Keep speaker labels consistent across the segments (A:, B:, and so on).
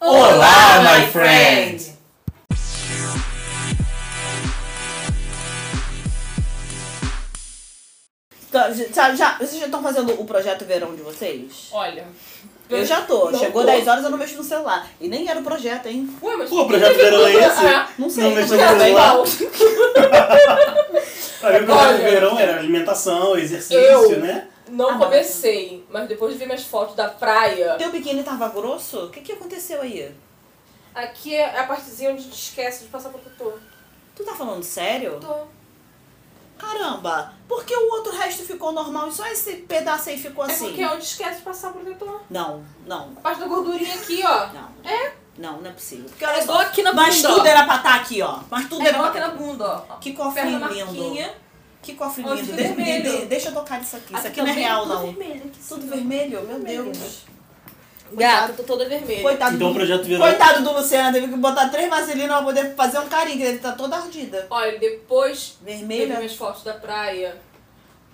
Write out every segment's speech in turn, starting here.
A: Olá, my friend!
B: Tá, já, já- vocês já estão fazendo o projeto verão de vocês?
C: Olha.
B: Eu já tô.
C: Não
B: Chegou
C: tô.
B: 10 horas eu não mexo no celular. E nem era o projeto, hein?
C: Ué, mas.
A: Pô, o projeto verão é esse?
C: Ah,
B: Não sei.
A: Não mexeu
B: tá
A: no
B: bem.
A: celular?
C: igual.
A: Aí o programa de
C: Olha.
A: verão era alimentação, exercício,
C: Eu.
A: né?
C: Não
B: Ah, não.
C: comecei, mas depois de ver minhas fotos da praia.
B: Teu biquíni tava grosso? O que que aconteceu aí?
C: Aqui é a partezinha onde tu esquece de passar protetor.
B: Tu tá falando sério?
C: Tô.
B: Caramba, por que o outro resto ficou normal e só esse pedaço aí ficou
C: É
B: assim?
C: porque é onde esquece de passar protetor.
B: Não, não,
C: A parte da gordurinha aqui, ó.
B: não. É? Não, não é possível. Porque olha
C: É
B: só,
C: igual aqui na
B: mas
C: bunda,
B: tudo
C: ó.
B: era pra estar aqui, ó. Mas tudo
C: É
B: era
C: igual
B: pra
C: aqui
B: tá
C: na
B: aqui.
C: bunda, ó.
B: Que cofre
C: Perna
B: lindo.
C: marquinha.
B: Que cofre
C: Onde
B: lindo.
C: fica
B: De- de-
C: vermelho.
B: de- deixa eu tocar nisso aqui. Isso
C: Aqui
B: aqui não é
C: também,
B: real,
C: tudo
B: não.
C: vermelho aqui,
B: Tudo
C: sim.
B: vermelho? é Meu
C: Vermelho.
B: Deus.
C: Gata, tô toda vermelha.
B: Coitado
A: Então o
B: do...
A: projeto verão.
B: Coitado do Luciano, teve que botar três vaselinas pra poder fazer um carinho, que ele tá toda ardida.
C: Olha, depois de ver
B: Vermelha.
C: minhas fotos da praia,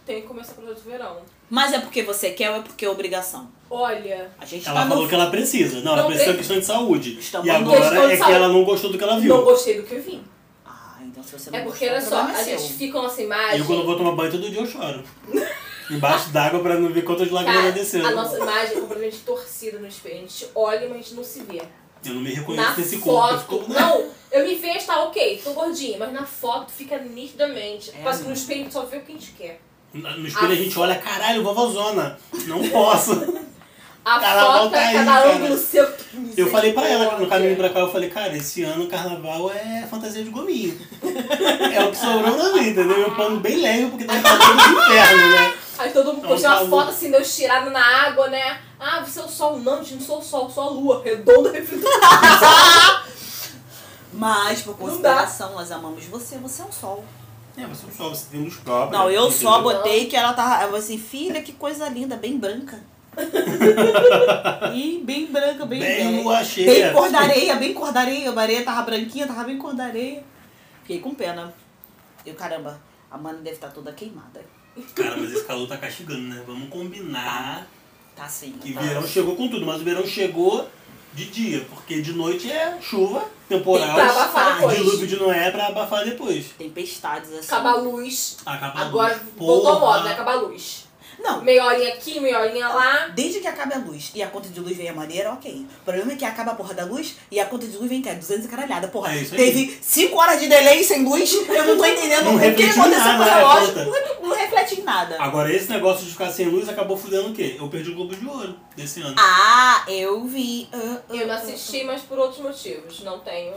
C: tem que começar o projeto de verão.
B: Mas é porque você quer ou é porque é obrigação?
C: Olha,
B: A gente
A: Ela
B: tá
A: falou
B: no...
A: que ela precisa. Não, ela
C: Não
A: precisa é
C: tem-
A: questão de saúde.
B: Estamos
A: E
B: falando
C: questão
A: agora
C: de
A: é que
C: saúde.
A: ela não gostou do que ela
C: não
A: viu.
C: gostei do que eu vi.
B: Ah, então se você não
C: É porque,
B: gostou,
C: olha só,
B: problema é
C: as
B: seu.
C: gente ficam nessa imagem.
A: Eu quando eu vou tomar banho todo dia eu choro. Embaixo d'água pra não ver quantas lágrimas
C: Cara,
A: descendo.
C: a nossa imagem é completamente torcida no espelho. A gente olha, mas a gente não se vê.
A: Eu não me
C: na
A: reconheço nesse corpo. eu
C: foto,
A: fico-
C: não, eu me vejo, tá ok, tô gordinha, mas na foto fica nitidamente.
B: É,
C: Passa no
B: né?
C: espelho, a gente só vê o que a gente quer.
A: No espelho a gente olha, caralho, vovozona. Não posso.
C: A
A: Carnaval
C: foto
A: tá
C: é
A: aí,
C: cada
A: cara.
C: ângulo seu.
A: Eu
C: é
A: falei
C: tipo
A: pra ela no caminho pra cá, eu falei, cara, esse ano o carnaval é fantasia de gominho. É o que sobrou na vida, entendeu? Eu pano bem leve porque tá faltando de inferno, né?
C: Aí todo mundo
A: É um
C: postou uma
A: tabu.
C: foto assim, deu tirada na água, né? Ah, você é o sol. Não, gente, não sou o sol, sou a lua. Redonda, refletida.
B: Mas, por
C: Não
B: consideração, nós amamos você, você é um sol.
A: É, você não sobe, você tem luz própria.
B: Não, eu
A: entendeu?
B: só
C: Então-
B: botei que ela tava. Eu falei assim, filha, que coisa linda, bem branca. e bem branca, bem,
A: Bem
B: branca.
A: lua
B: Bem
A: cheia.
B: cor da areia, bem cor da areia. A areia tava branquinha, tava bem cor da areia. Fiquei com pena. Eu, caramba, a mana deve estar toda queimada.
A: Cara, mas esse calor tá castigando, né? Vamos combinar
B: Tá assim.
A: que verão chegou com tudo, mas o verão chegou de dia, porque de noite é chuva, temporal, ah,
C: Pra abafar
B: depois.
A: dilúvio de Noé pra abafar depois.
B: Tempestades assim.
C: Acaba a luz.
A: Acaba a
C: Agora
A: luz.
C: voltou a
A: Porra.
C: moda, né? Acaba a luz.
B: Não,
C: Meia horinha aqui, meia horinha lá.
B: Desde que acabe a luz e a conta de luz venha maneira, ok. O problema é que acaba a porra da luz e a conta de luz vem que é 200 e caralhada. Porra,
A: É isso aí.
B: teve 5 horas de delay sem luz, eu não tô entendendo
A: Não
B: o que
A: refletiu em
B: aconteceu
A: nada, Ah.
B: com o
A: né, a
B: relógio.
A: conta?
B: Não, re- não reflete em nada.
A: Agora, esse negócio de ficar sem luz acabou fudendo o quê? Eu perdi o Globo de Ouro desse ano.
B: Ah, eu vi. Ah, ah,
C: Eu não
B: ah.
C: assisti, mas por outros motivos. Não tenho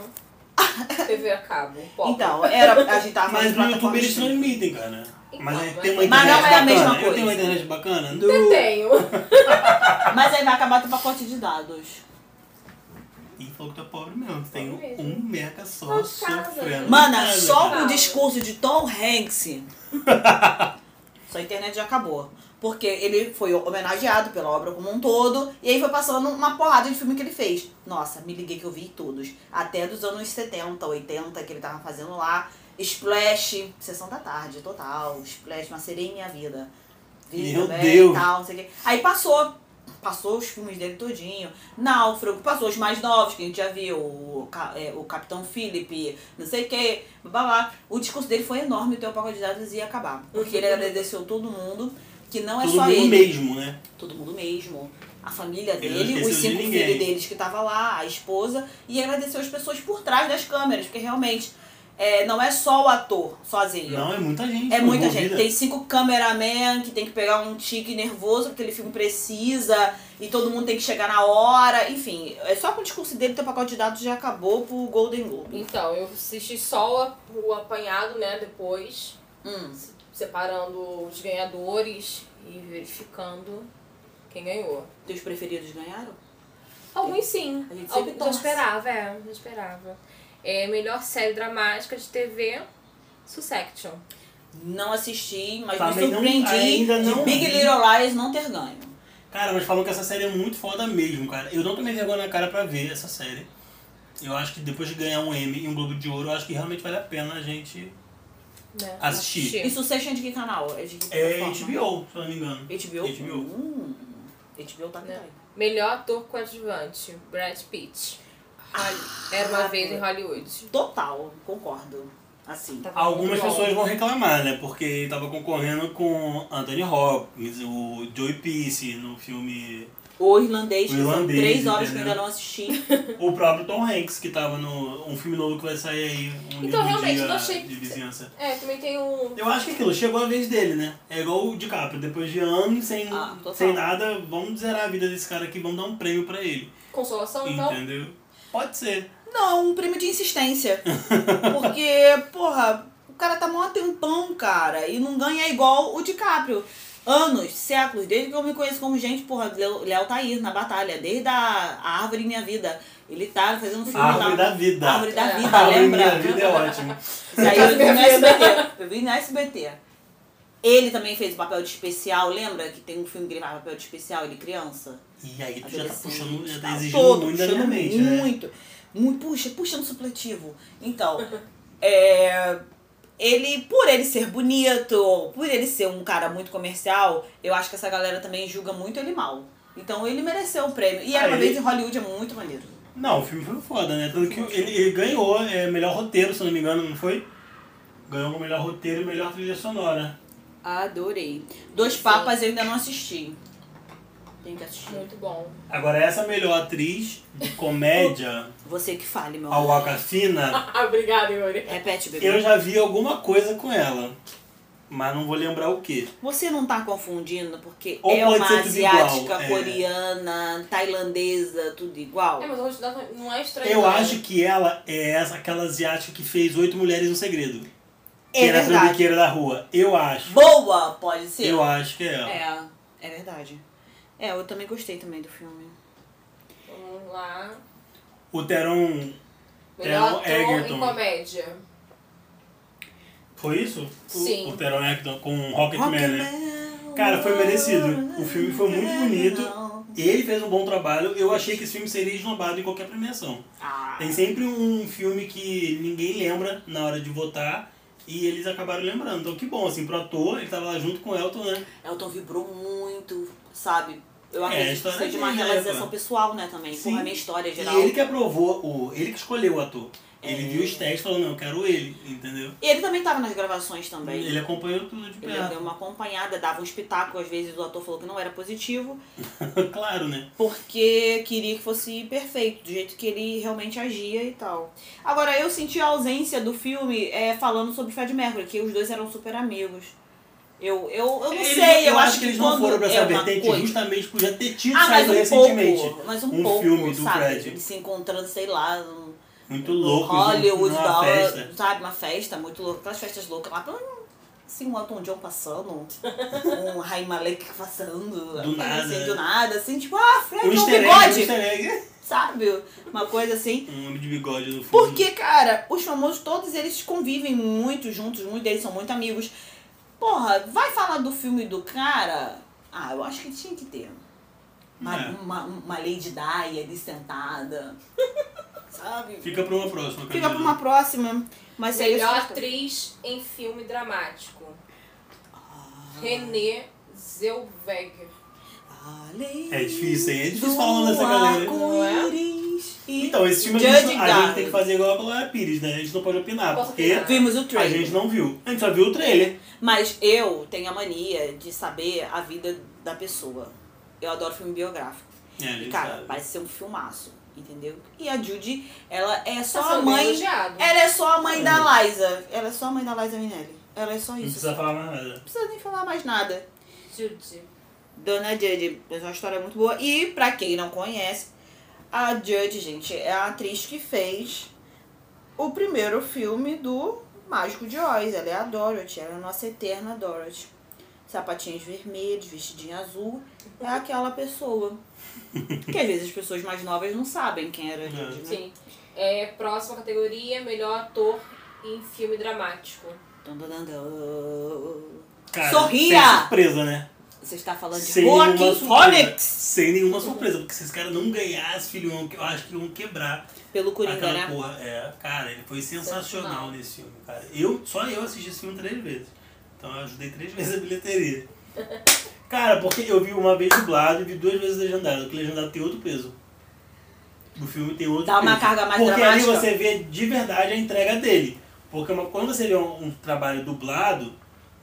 C: TV a cabo. um Pop.
B: Então, era, a gente tava
A: mas
B: falando
A: no
B: de
A: YouTube eles
B: plataformas.
A: transmitem, cara. Mas aí
C: Então,
A: tem uma
C: mas-
A: internet
B: Mas não é a
A: bacana.
B: mesma
A: Eu tenho
B: coisa.
A: uma internet bacana. Do...
C: Não tenho.
B: Mas aí vai acabar teu pacote de dados.
A: E falou que tá pobre mesmo. Tenho
C: Pobre mesmo.
A: um mega só
C: Mas casa,
A: sofrendo.
C: né?
B: Mana,
A: Cara,
B: só
A: cara.
B: com o discurso de Tom Hanks. Sua internet já acabou. Porque ele foi homenageado pela obra como um todo, e aí foi passando uma porrada de filme que ele fez. Nossa, me liguei que eu vi todos. Até dos anos 70, 80, que ele tava fazendo lá. Splash, sessão da tarde, total. Splash, uma sereia em minha vida. Vi
A: Meu
B: também,
A: Deus.
B: tal, não sei o quê. Aí passou. Passou os filmes dele todinho. Náufrago, passou os mais novos que a gente já viu. O, Ca- é, o Capitão Philip, não sei o quê. Blá, blá, blá. O discurso dele foi enorme, o teu pacote de dados ia acabar. Porque ele agradeceu todo mundo, que não é
A: Uhum. Todo
B: só
A: mundo
B: ele.
A: mesmo, né?
B: Todo mundo mesmo. A família
A: Ele não
B: dele,
A: esqueceu
B: os
A: de
B: cinco
A: ninguém.
B: filhos deles que estavam lá, a esposa. E agradeceu as pessoas por trás das câmeras, porque realmente é, não é só o ator sozinho.
A: Não, é muita gente.
B: É muita gente.
A: envolvida.
B: Tem cinco cameraman que tem que pegar um tique nervoso, porque aquele filme precisa, e todo mundo tem que chegar na hora. Enfim, é só com o discurso dele, teu pacote de dados já acabou pro Golden Globe.
C: Então, eu assisti só o ap- o apanhado, né? Depois,
B: Hum.
C: separando os ganhadores e verificando quem ganhou.
B: Teus preferidos ganharam?
C: Alguns sim.
B: A gente sempre
C: Alguns eu
B: torce.
C: esperava, é. Eu esperava. É, melhor série dramática de TV, Sussection.
B: Não assisti, mas
A: Também
B: me
A: Tá, não-
B: surpreendi
A: ainda
B: de
A: não
B: Big
A: vi.
B: Little Lies não ter ganho.
A: Cara, mas falam que essa série é muito foda mesmo, cara. Eu não tomei vergonha na cara pra ver essa série. Eu acho que depois de ganhar um M e um Globo de Ouro, eu acho que realmente vale a pena a gente
C: Né?
A: Assisti.
B: Isso Succession é de que canal? É de que
A: É
B: plataforma?
A: HBO, se eu não me engano.
B: HBO?
A: HBO.
B: Hum. HBO tá
C: Não.
B: não.
C: Melhor ator coadjuvante, Brad Pitt. Holly- Era
B: Ah,
C: uma vez em
B: tá.
C: Hollywood.
B: Total, concordo. Assim.
C: Tá.
A: Algumas
C: Bom.
A: pessoas vão reclamar, né? Porque ele tava concorrendo com Anthony Hopkins, o Joey Pesci no filme...
B: O irlandês,
A: O
B: que são
A: irlandês,
B: três horas que eu
A: entendeu?
B: ainda não assisti.
A: O próprio Tom Hanks, que tava no... Um filme novo que vai sair aí. Um
C: Então,
A: lindo
C: realmente,
A: dia
C: não achei-
A: De vizinhança.
C: É, também tem o.
A: Eu acho que aquilo, chegou a vez dele, né? É igual o DiCaprio, depois de anos, sem,
B: Ah, total.
A: sem nada, vamos zerar a vida desse cara aqui, vamos dar um prêmio pra ele.
C: Consolação, então.
A: Entendeu? Pode ser.
B: Não, um prêmio de insistência. Porque, porra, o cara tá mó tempão, cara, e não ganha igual o DiCaprio. Anos, séculos, desde que eu me conheço como gente, porra, Léo Léo tá aí na batalha, desde a a Árvore Minha Vida. Ele tá fazendo filme
A: Árvore
B: tá...
A: da vida.
B: Árvore da
C: É.
B: Vida,
A: A
B: lembra?
A: minha vida é ótimo.
B: Isso aí eu vi no SBT. Eu vi no SBT. Ele também fez o papel de especial, lembra? Que tem um filme que ele faz papel de especial, ele criança.
A: E aí tu já tá
B: Adolescente,
A: puxando, já tá
B: tal,
A: exigindo
B: todo,
A: muito da minha
B: puxando
A: mente, né?
B: muito, muito, puxa, puxa no supletivo. Então, é, ele, por ele ser bonito, por ele ser um cara muito comercial, eu acho que essa galera também julga muito ele mal. Então ele mereceu um prêmio. E
A: Ah,
B: era uma
A: ele-
B: vez em Hollywood é muito maneiro.
A: Não, o filme foi foda, né? Tanto que ele, ele ganhou é, melhor roteiro, se eu não me engano, não foi? Ganhou o melhor roteiro e melhor trilha sonora.
B: Adorei. Dois Papas eu ainda não assisti. Tem que assistir.
C: Muito bom.
A: Agora, essa melhor atriz de comédia,
B: Você que fale, meu
A: a
B: amor.
A: Waka Fina,
C: Ah, Obrigada, Yuri.
B: Repete, bebê.
A: eu já vi alguma coisa com ela. Mas não vou lembrar o quê.
B: Você não tá confundindo, porque
A: Ou
B: é
A: pode
B: uma
A: ser tudo igual,
B: asiática,
A: é.
B: coreana, tailandesa, tudo igual.
C: É, mas o rosto dela não é estranho.
A: Eu
C: não.
A: acho que ela é essa, aquela asiática que fez Oito Mulheres no Segredo.
B: É
A: que era a
B: verdade.
A: trambiqueira da rua. Eu acho.
B: Boa, pode ser.
A: Eu acho que é ela.
B: É, é verdade. É, eu também gostei também do filme.
C: Vamos lá.
A: O Teron...
C: Melhor ator
A: Egerton.
C: em comédia.
A: Foi isso? O-
C: Sim.
A: O Teron Egerton com Rocketman,
B: Rocketman,
A: né? Cara, foi merecido. O filme foi muito bonito. Ele fez um bom trabalho. Eu achei que esse filme seria esnobado em qualquer premiação.
B: Ah,
A: Tem sempre um filme que ninguém lembra na hora de votar e eles acabaram lembrando. Então que bom, assim, pro ator, ele tava lá junto com o Elton, né?
B: Elton vibrou muito, sabe? Eu
A: É, a
B: acredito que
A: história
B: seja uma
A: dele, né,
B: realização
A: pô?
B: pessoal, né, também.
A: Sim.
B: Porra, a minha história geral.
A: E ele que aprovou, o, ele que escolheu o ator. Ele
B: É.
A: viu os testes e falou, não, eu quero ele, entendeu?
B: E ele também tava nas gravações também.
A: Ele é. acompanhou tudo de
B: Ele deu
A: perto.
B: uma acompanhada, dava um espetáculo, às vezes o ator falou que não era positivo.
A: claro, né?
B: porque queria que fosse perfeito, do jeito que ele realmente agia e tal. Agora, eu senti a ausência do filme é, falando sobre Fred Mercury, que os dois eram super amigos. Eu, eu, eu não
A: Eles-
B: sei, eu, acho
A: que eles
B: quando
A: não foram pra
B: é
A: essa
B: uma
A: vertente
B: coisa-
A: justamente por já ter tido
B: Ah, mas
A: saído
B: um
A: recentemente.
B: pouco, mas um,
A: um
B: pouco,
A: filme do
B: sabe?
A: Fred.
B: Eles se encontrando, sei lá, num-
A: Muito
B: num
A: louco, assim,
B: Hollywood,
A: numa
B: da hora,
A: festa.
B: sabe, uma festa muito louca, aquelas festas loucas lá, assim, um Elton John passando, um Ray Malek passando, assim,
A: nada.
B: do nada, assim, tipo, ah, Fred,
A: Um
B: é um
A: easter egg, um
B: bigode,
A: easter egg.
B: sabe? Uma coisa assim.
A: Um homem de bigode no filme.
B: Porque, cara, os famosos, todos eles convivem muito juntos, muitos deles são muito amigos. Porra, vai falar do filme do cara? Ah, eu acho que tinha que ter. Uma,
A: É.
B: uma, uma Lady Di ali sentada. Sabe?
A: Fica pra uma próxima,
B: Fica pra
A: Camila.
B: uma próxima. Mas é isso.
C: Melhor atriz em filme dramático.
B: Ah.
C: Renée Zellweger.
A: É difícil, hein? É difícil falar o nome dessa galera. Então, esse filme a
B: Judge
A: gente, a gente
B: Garland.
A: tem que fazer igual a Glória Pires, né? A gente não pode opinar,
C: Posso
A: porque
C: opinar?
B: Vimos o
A: a
B: trailer.
A: gente não viu. A gente só viu o trailer.
B: Mas eu tenho a mania de saber a vida da pessoa. Eu adoro filme biográfico.
A: É, a
B: E,
A: gente
B: cara,
A: sabe.
B: parece ser um filmaço, entendeu? E a Judy, ela é só
C: Tá
B: a
C: sendo
B: mãe.
C: elogiado.
B: Ela é só a mãe da
A: Uhum.
B: Liza. Ela é só a mãe da Liza Minelli. Ela é só
A: Não
B: isso.
A: precisa falar mais nada.
B: Não precisa nem falar mais nada.
C: Judy.
B: Né? Dona Judge, é uma história muito boa. E pra quem não conhece, a Judge, gente, é a atriz que fez o primeiro filme do Mágico de Oz. Ela é a Dorothy, ela é a nossa eterna Dorothy. Sapatinhos vermelhos, vestidinho azul. É aquela pessoa. que às vezes as pessoas mais novas não sabem quem era a Judge, né?
C: Sim. É, próxima categoria, melhor ator em filme dramático.
B: Dun, dun, dun, dun.
A: Cara,
B: Sorria!
A: Sem surpresa, né?
B: Você está falando de
A: Sem nenhuma
B: Joaquin
A: surpresa.
B: Phoenix!
A: Sem nenhuma surpresa, porque se esse cara não ganhasse, filho, eu acho que vão quebrar
B: Pelo Coringa,
A: aquela
B: né?
A: porra. É, cara, ele foi sensacional
C: Sensacional.
A: nesse filme, cara. Eu, só eu assisti esse filme três vezes. Então eu ajudei três vezes a bilheteria. Cara, porque eu vi uma vez dublado e vi duas vezes legendado. Porque legendado tem outro peso. No filme tem outro
B: Dá
A: peso.
B: uma carga mais
A: Porque
B: dramática.
A: ali você vê de verdade a entrega dele. Porque uma- quando você vê um, um trabalho dublado,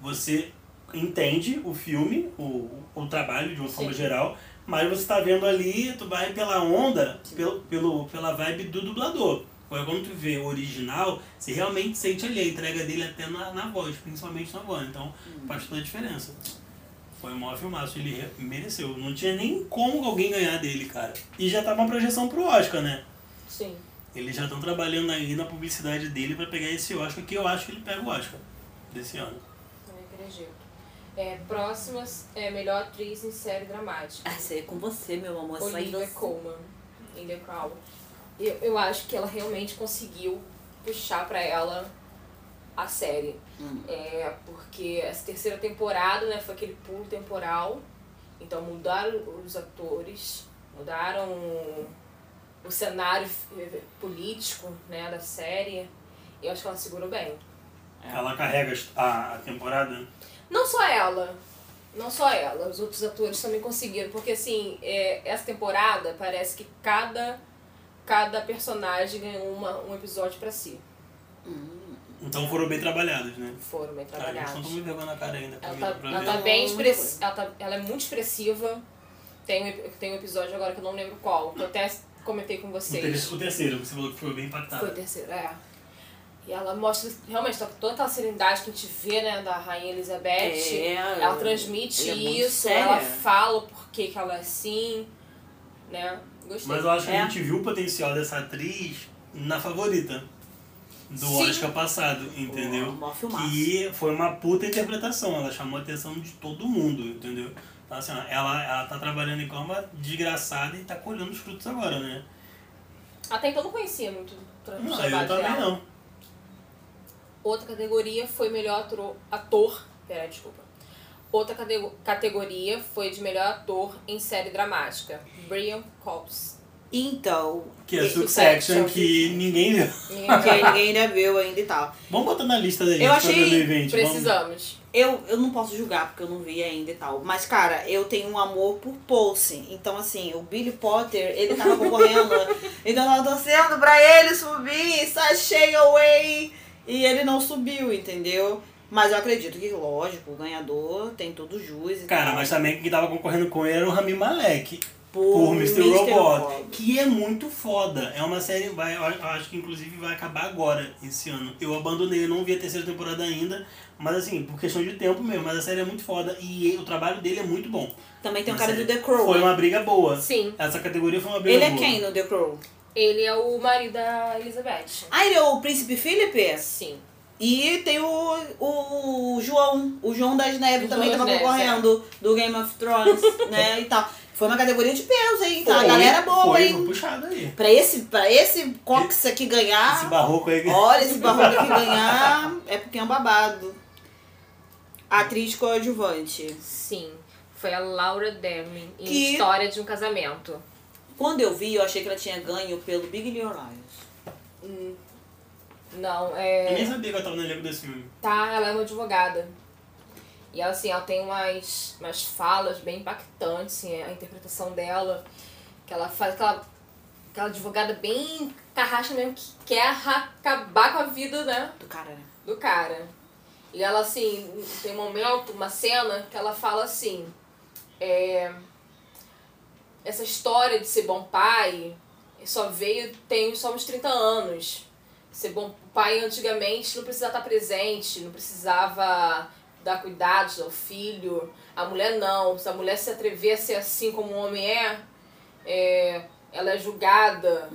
A: você entende o filme, o, o trabalho de uma forma geral, mas você tá vendo ali, tu vai pela onda, pelo, pelo, pela vibe do dublador. Agora, quando tu vê o original, você realmente sente ali a entrega dele até na, na voz, principalmente na voz. Então, faz toda a diferença. Foi um maior filmaço, ele re- mereceu. Não tinha nem como alguém ganhar dele, cara. E já tá uma projeção pro Oscar, né?
C: Sim.
A: Eles já estão trabalhando aí na publicidade dele pra pegar esse Oscar, que eu acho que ele pega o Oscar desse ano.
C: Não acredito. É, próximas, é, melhor atriz em série dramática.
B: Ah, isso aí é com você, meu amor. Isso aí
C: Olivia
B: você.
C: Colman, é em The Crown. Eu, eu acho que ela realmente conseguiu puxar pra ela a série. É, porque essa terceira temporada, né, foi aquele pulo temporal. Então mudaram os atores, mudaram o cenário eh, político, né, da série. E eu acho que ela segurou bem. É.
A: Ela carrega a, a temporada. né?
C: Não só ela. Não só ela, os outros atores também conseguiram. Porque assim, é, essa temporada parece que cada, cada personagem ganhou uma, um episódio pra si.
A: Então foram bem trabalhados, né?
C: Foram bem
A: Cara, eles estão
C: trabalhados.
A: me vergonha na cara ainda.
C: Ela
A: Camila,
C: tá,
A: pra
C: ela
A: ver.
C: tá
B: Ela
C: bem
B: é muito
C: expressiva. Ela, tá- ela é muito expressiva. Tem, um ep- tem um episódio agora que eu não lembro qual, que eu até comentei com
A: O,
C: vocês.
A: ter- o terceiro, que você falou que foi bem impactado.
C: Foi o terceiro, é. E ela mostra realmente tá toda aquela serenidade que a gente vê, né, da Rainha Elizabeth.
B: É,
C: ela transmite
B: ela é muito
C: isso,
B: séria.
C: ela fala o porquê que ela é assim, né? Gostei.
A: Mas eu acho que
B: É.
A: a gente viu o potencial dessa atriz na favorita do
C: Sim.
A: Oscar passado, entendeu?
B: Mó filmaço.
A: que foi uma puta interpretação, ela chamou a atenção de todo mundo, entendeu? Então, assim, ó, ela, ela tá trabalhando em forma desgraçada e tá colhendo os frutos agora, né?
C: Até então eu não conhecia muito o tra-
A: Não,
C: trabalho
A: eu também
C: dela.
A: não.
C: Outra categoria foi melhor atro- ator. Peraí, desculpa. Outra catego- categoria foi de melhor ator em série dramática. Brian Cobbs.
B: Então,
A: Que é
C: E
A: Succession,
C: Succession,
A: que ninguém viu.
C: Ninguém
B: que aí ninguém ainda viu ainda e tal.
A: Vamos botar na lista da gente
B: Eu
A: pra
B: achei
A: 2020. Vamos...
C: Precisamos.
B: Eu, eu não posso julgar porque eu não vi ainda e tal. Mas, cara, eu tenho um amor por Poulsen. Então, assim, o Billy Potter, ele tava concorrendo. então, eu tava torcendo pra ele subir. Sashay away! E ele não subiu, entendeu? Mas eu acredito que, lógico, o ganhador tem todo juiz e
A: Cara,
B: tal.
A: mas também quem tava concorrendo com ele era o Rami Malek.
B: por,
A: por Mr. Robot,
B: Robot.
A: que é muito foda. É uma série, vai, eu acho que inclusive vai acabar agora, esse ano. Eu abandonei, eu não vi a terceira temporada ainda, mas assim, por questão de tempo mesmo, mas a série é muito foda e o trabalho dele é muito bom.
B: Também tem o
A: Na
B: cara
A: série.
B: do The Crow.
A: é, Foi uma briga boa.
C: Sim.
A: Essa categoria foi uma briga
B: Ele é
A: boa.
B: quem no The Crow?
C: Ele é o marido da Elizabeth.
B: Ah, ele é o Príncipe Felipe?
C: Sim.
B: E tem o, o João, o João das Neves
C: O
B: também
C: João
B: tava
C: das
B: concorrendo,
A: é.
B: do Game of Thrones, né, e tal. Foi uma categoria de peso, hein, tá? A
A: Foi,
B: galera boa,
A: foi,
B: hein.
A: Foi puxado aí.
B: Pra esse, pra esse Cox aqui
A: Esse
B: ganhar,
A: barroco aí. que-
B: olha, esse barroco aqui ganhar, é porque é um babado. Atriz coadjuvante.
C: Sim. Foi a Laura Dern em
B: Que-
C: História de um Casamento.
B: Quando eu vi, eu achei que ela tinha ganho pelo Big Little Lies.
C: Não,
A: Eu nem
C: é.
A: sabia que eu tava no elenco desse filme.
C: Tá, ela é uma advogada. E ela, assim, ela tem umas, umas falas bem impactantes, assim, a interpretação dela. Que ela faz aquela, aquela advogada bem carracha mesmo, que quer arra- acabar com a vida, né?
B: Do cara, né?
C: do cara. E ela, assim, tem um momento, uma cena, que ela fala assim: é, Essa história de ser bom pai só veio, tem só uns 30 anos. Ser bom pai antigamente não precisava estar presente, não precisava dar cuidados ao filho. A mulher não. Se a mulher se atrever a ser assim como o homem é, é ela é julgada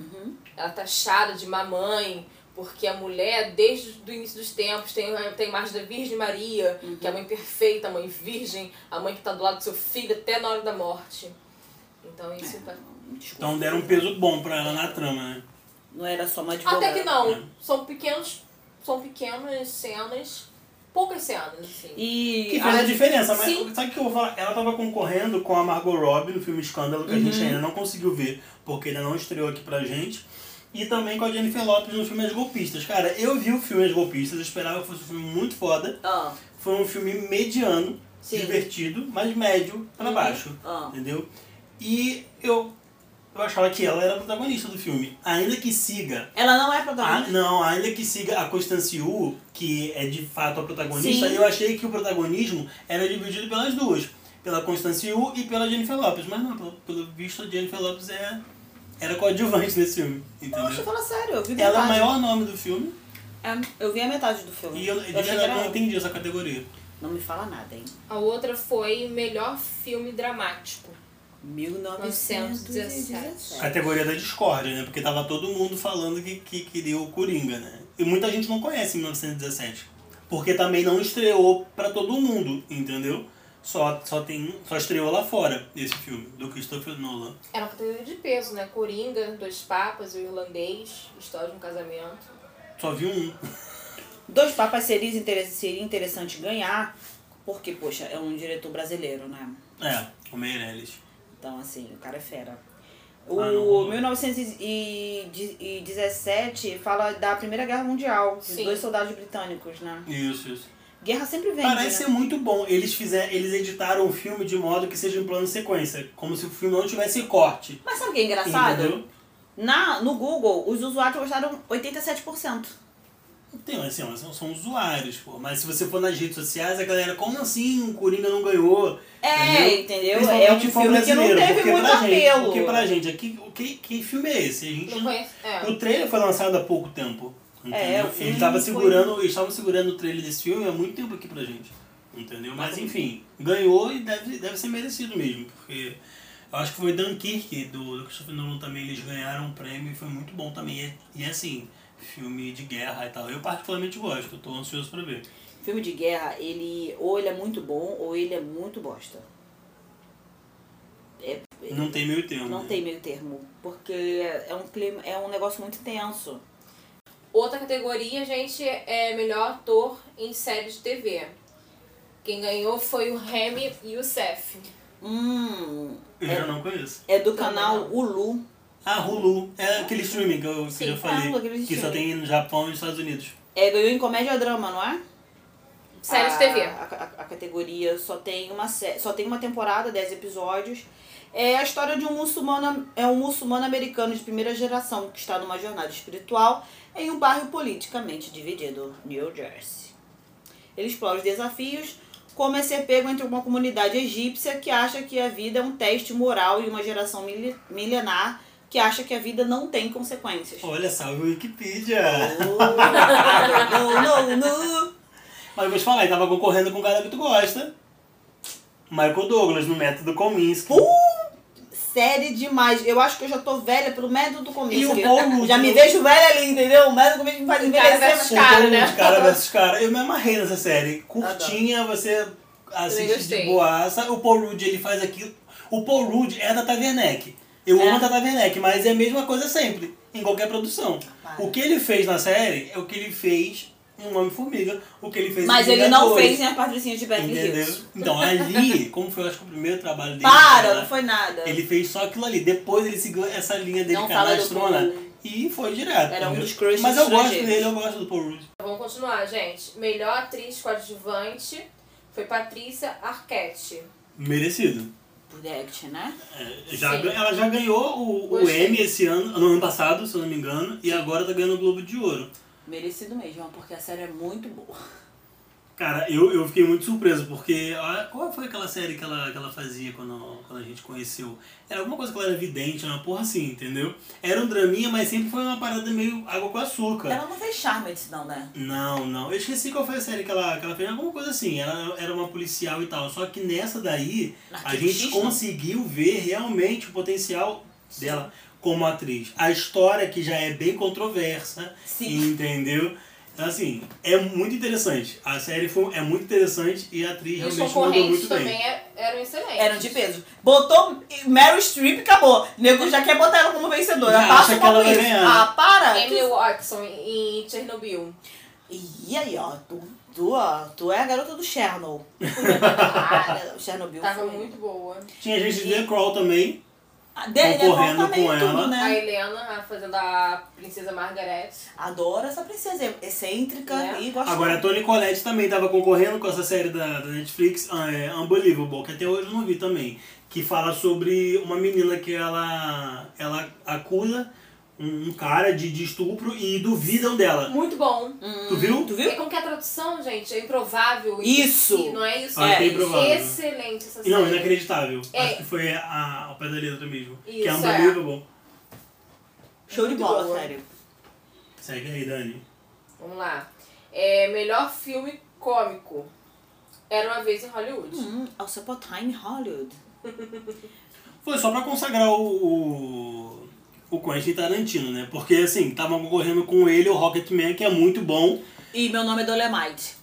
C: ela é taxada de mamãe, porque a mulher, desde o início dos tempos, tem, a- tem a imagem da Virgem Maria, que é a mãe perfeita, a mãe virgem, a mãe que tá do lado do seu filho até na hora da morte. Então isso tá...
B: Desculpa.
A: Então deram um peso bom pra ela na trama, né?
B: Não era só uma advogada.
C: Até que não, são pequenos, são pequenas cenas, poucas cenas, assim.
B: E
A: Que fez a diferença, mas
C: Sim.
A: sabe o que eu vou falar? Ela tava concorrendo com a Margot Robbie no filme Escândalo, que a
B: Uhum.
A: gente ainda não conseguiu ver, porque ainda não estreou aqui pra gente. E também com a Jennifer Lopez no filme As Golpistas. Cara, eu vi o filme As Golpistas, eu esperava que fosse um filme muito foda.
B: Ah,
A: Foi um filme mediano.
B: Sim.
A: divertido, mas médio pra baixo.
B: Ah.
A: Entendeu? E eu, eu achava que ela era a protagonista do filme. Ainda que siga.
B: Ela não é
A: a-
B: protagonista.
A: Ah, não, ainda que siga a Constance Wu, que é de fato a protagonista,
B: Sim.
A: eu achei que o protagonismo era dividido pelas duas. Pela Constance Wu e pela Jennifer Lopes. Mas não, pelo, pelo visto a Jennifer Lopes é, era coadjuvante nesse filme.
B: Poxa,
A: Entendeu?
B: fala sério, eu vi
A: Ah, Ela é o
B: metade.
A: maior nome do filme.
B: É, eu vi a metade do filme.
A: E eu,
B: achei
A: eu,
B: que era
A: não
B: ela.
A: entendi essa categoria.
B: Não me fala nada, hein?
C: A outra foi melhor filme dramático.
B: 1917.
A: Categoria da discórdia, né? Porque tava todo mundo falando que, que queria o Coringa, né? E muita gente não conhece 1917. Porque também não estreou pra todo mundo, entendeu? Só, só, tem, só estreou lá fora esse filme, do Christopher Nolan.
C: Era uma categoria de peso, né? Coringa, Dois Papas, O Irlandês, História de um Casamento.
A: Só vi um.
B: Dois Papas seria, inter- seria interessante ganhar, porque, poxa, é um diretor brasileiro, né?
A: É, o Meirelles.
B: Então, assim, o cara é fera. O
A: Ah, não.
B: 1917 fala da Primeira Guerra Mundial, dos
C: Sim.
B: dois soldados britânicos, né?
A: Isso, isso.
B: Guerra sempre vem.
A: Parece ser
B: né?
A: muito bom. Eles, fizer, eles editaram o filme de modo que seja em plano sequência. Como se o filme não tivesse corte.
B: Mas sabe o que é engraçado?
A: um- Entendeu?
B: Na, no Google, os usuários gostaram 87%.
A: Tem, assim, ó, são, são usuários, pô. Mas se você for nas redes sociais, a galera, como assim o Coringa não ganhou?
B: É, entendeu? É um
A: Principalmente fã
B: filme que não
A: brasileiro,
B: teve
A: porque é
B: muito
A: pra gente-
B: apelo.
A: Porque pra gente, aqui, o que, que filme é esse? A gente
C: Não
A: não-
C: conheço. É.
A: O trailer foi lançado há pouco tempo.
B: É,
A: Entendeu?
B: o filme
A: Ele tava
B: foi-
A: segurando, eles estavam segurando o trailer desse filme há muito tempo aqui pra gente. Entendeu?
B: Tá
A: Mas enfim, ganhou e deve, deve ser merecido mesmo, porque eu acho que foi Dunkirk, do, do Christopher Nolan também, eles ganharam um prêmio e foi muito bom também. E, e assim, filme de guerra e tal. Eu particularmente gosto, eu tô ansioso pra ver.
B: Filme de guerra, ele ou ele é muito bom ou ele é muito bosta. É-
A: Não tem meio termo.
B: não
A: né?
B: tem meio termo, porque é um clima, é um negócio muito tenso.
C: Outra categoria, gente, é melhor ator em série de TV. Quem ganhou foi o Remy Youssef.
B: Hum,
A: Eu já não conheço.
B: é do
C: Também
B: canal
C: não.
B: Hulu.
A: Ah, Hulu. É aquele streaming que eu, que
B: Sim,
A: eu já
B: é,
A: falei.
B: aquele
A: que só
B: streaming.
A: tem no Japão e nos Estados Unidos.
B: É, ganhou em comédia drama, não é?
C: Série
B: A-
C: de TV.
B: A, a- a categoria só tem uma sé- só tem uma temporada, 10 episódios. É a história de um muçulmano, é um muçulmano americano de primeira geração que está numa jornada espiritual em um bairro politicamente dividido, New Jersey. Ele explora os desafios, como é ser pego entre uma comunidade egípcia que acha que a vida é um teste moral e uma geração mili- milenar que acha que a vida não tem consequências.
A: Olha, salve o Wikipedia!
B: Oh, no, no, no.
A: Mas vou te falar, ele tava concorrendo com um cara que tu gosta. Michael Douglas, no método Kominsky.
B: série demais. Eu acho que eu já tô velha pelo método do
A: E
B: começo.
A: o Paulo,
B: já me
A: viu?
B: vejo velha ali, entendeu? O método do começo me faz
C: O cara versus
B: envelhecer.
C: cara.
A: Então,
C: né?
A: De cara versus cara. Eu me amarrei nessa série. Curtinha, você
C: Também
A: assiste
C: gostei.
A: de boaça. O Paul Rudd, ele faz aquilo. O Paul Rudd é da Taverneck. Eu
B: É.
A: amo a Tata Werneck, mas é a mesma coisa sempre, em qualquer produção.
B: Para.
A: O que ele fez na série é o que ele fez em Um Homem-Formiga, o que ele fez
B: Mas
A: em
B: ele não
A: Vingadores,
B: fez nem a patricinha de Beverly
A: Entendeu?
B: Hills.
A: Então, ali, como foi, eu acho que o primeiro trabalho dele.
B: Para,
A: né?
B: não foi nada.
A: Ele fez só aquilo ali. Depois ele seguiu essa linha dele
B: Não fala do
A: canastrona
B: Paul.
A: e foi direto.
B: Era um
A: entendeu?
B: dos crushes
A: Mas eu gosto
B: estrangeiros.
A: dele, eu gosto do Paul Rudd.
C: Vamos continuar, gente. Melhor atriz coadjuvante foi Patrícia Arquette.
A: Merecido.
B: Por Direct, né?
A: É, já
C: Sim.
A: gan- ela já ganhou o, o
C: Gostei.
A: Emmy esse ano, no ano passado, se eu não me engano, e agora tá ganhando o Globo de Ouro.
B: Merecido mesmo, porque a série é muito boa.
A: Cara, eu, eu fiquei muito surpreso, porque ah, qual foi aquela série que ela, que ela fazia quando, quando a gente conheceu? Era alguma coisa que ela era vidente, uma porra assim, entendeu? Era um draminha, mas sempre foi uma parada meio água com açúcar.
B: Ela não fez Charmed, não, né?
A: Não, não. Eu esqueci qual foi a série que ela, que ela fez, alguma coisa assim. Ela era uma policial e tal. Só que nessa daí, a gente
B: Arquetista?
A: conseguiu ver realmente o potencial dela como atriz. A história que já é bem controversa,
B: Sim.
A: entendeu? Então, assim, é muito interessante. A série foi, é muito interessante e a atriz
C: E os
A: realmente mandou
C: concorrentes
A: muito
C: também
A: bem.
C: é- eram excelentes.
B: Eram de peso. Botou Meryl Streep e acabou. O nego já quer botar ela como vencedora.
A: Já
B: Passa
A: acha
B: o
A: que ela vai
B: isso.
A: ganhar.
B: Ah, para!
C: Emily Watson em Chernobyl.
B: E aí, ó, tu, tu, ó, tu é a garota do Chernobyl. Cara, o Chernobyl
C: Tava
B: foi-
C: muito boa.
A: Tinha gente de
B: E-
A: The Crawl também.
B: Dele,
A: Concorrendo
B: né? também
A: com ela.
B: tudo,
C: A
B: né?
C: Helena a fazendo a princesa Margaret.
B: Adoro essa princesa excêntrica
C: É.
B: e gosto
A: Agora, a Toni Collette também tava concorrendo com essa série da, da Netflix, ah, é, Unbelievable, que até hoje eu não vi também, que fala sobre uma menina que ela, ela acusa um, um cara de, de estupro e duvidam dela.
C: Muito bom.
B: Uhum.
A: tu viu?
B: Tu
C: É
B: viu?
C: como que a tradução, gente, é improvável.
B: Isso.
C: E não é isso?
A: Ah,
C: é
A: que improvável.
C: Excelente essa série.
A: Não, inacreditável.
C: É.
A: Acho que foi a, ao pé da letra mesmo. que é
C: Isso,
A: Unbelievable.
B: Show de
C: Muito
B: bola,
C: boa.
B: sério.
A: Segue aí, Dani.
C: Vamos lá. É, melhor filme cômico. Era uma vez em Hollywood.
B: Hum, Once Upon a Time in Hollywood.
A: Foi só pra consagrar o, o, o Quentin Tarantino, né? Porque, assim, tava concorrendo com ele o Rocketman, que é muito bom.
B: E meu nome é Dolemite.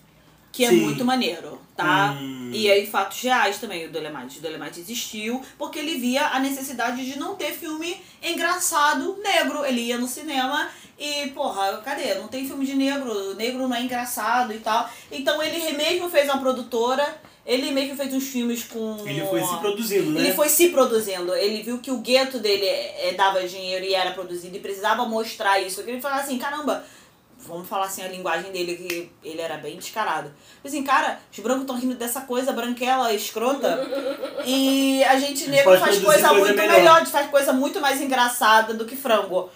B: Que é
A: Sim.
B: muito maneiro, tá?
A: Hum.
B: E aí, fatos reais também, o Dolemite. O Dolemite existiu porque ele via a necessidade de não ter filme engraçado negro. Ele ia no cinema e, porra, cadê? Não tem filme de negro, negro não é engraçado e tal. Então ele mesmo fez uma produtora, ele mesmo fez uns filmes com.
A: Ele foi se produzindo, né?
B: Ele foi se produzindo. Ele viu que o gueto dele eh, dava dinheiro e era produzido e precisava mostrar isso. Ele falava assim, caramba, vamos falar assim a linguagem dele, que ele era bem descarado. Falei Assim, cara, os brancos estão rindo dessa coisa branquela, escrota. e a gente negro
A: pode
B: faz
A: produzir
B: coisa,
A: coisa
B: muito
A: melhor.
B: melhor. faz coisa muito mais engraçada do que frango.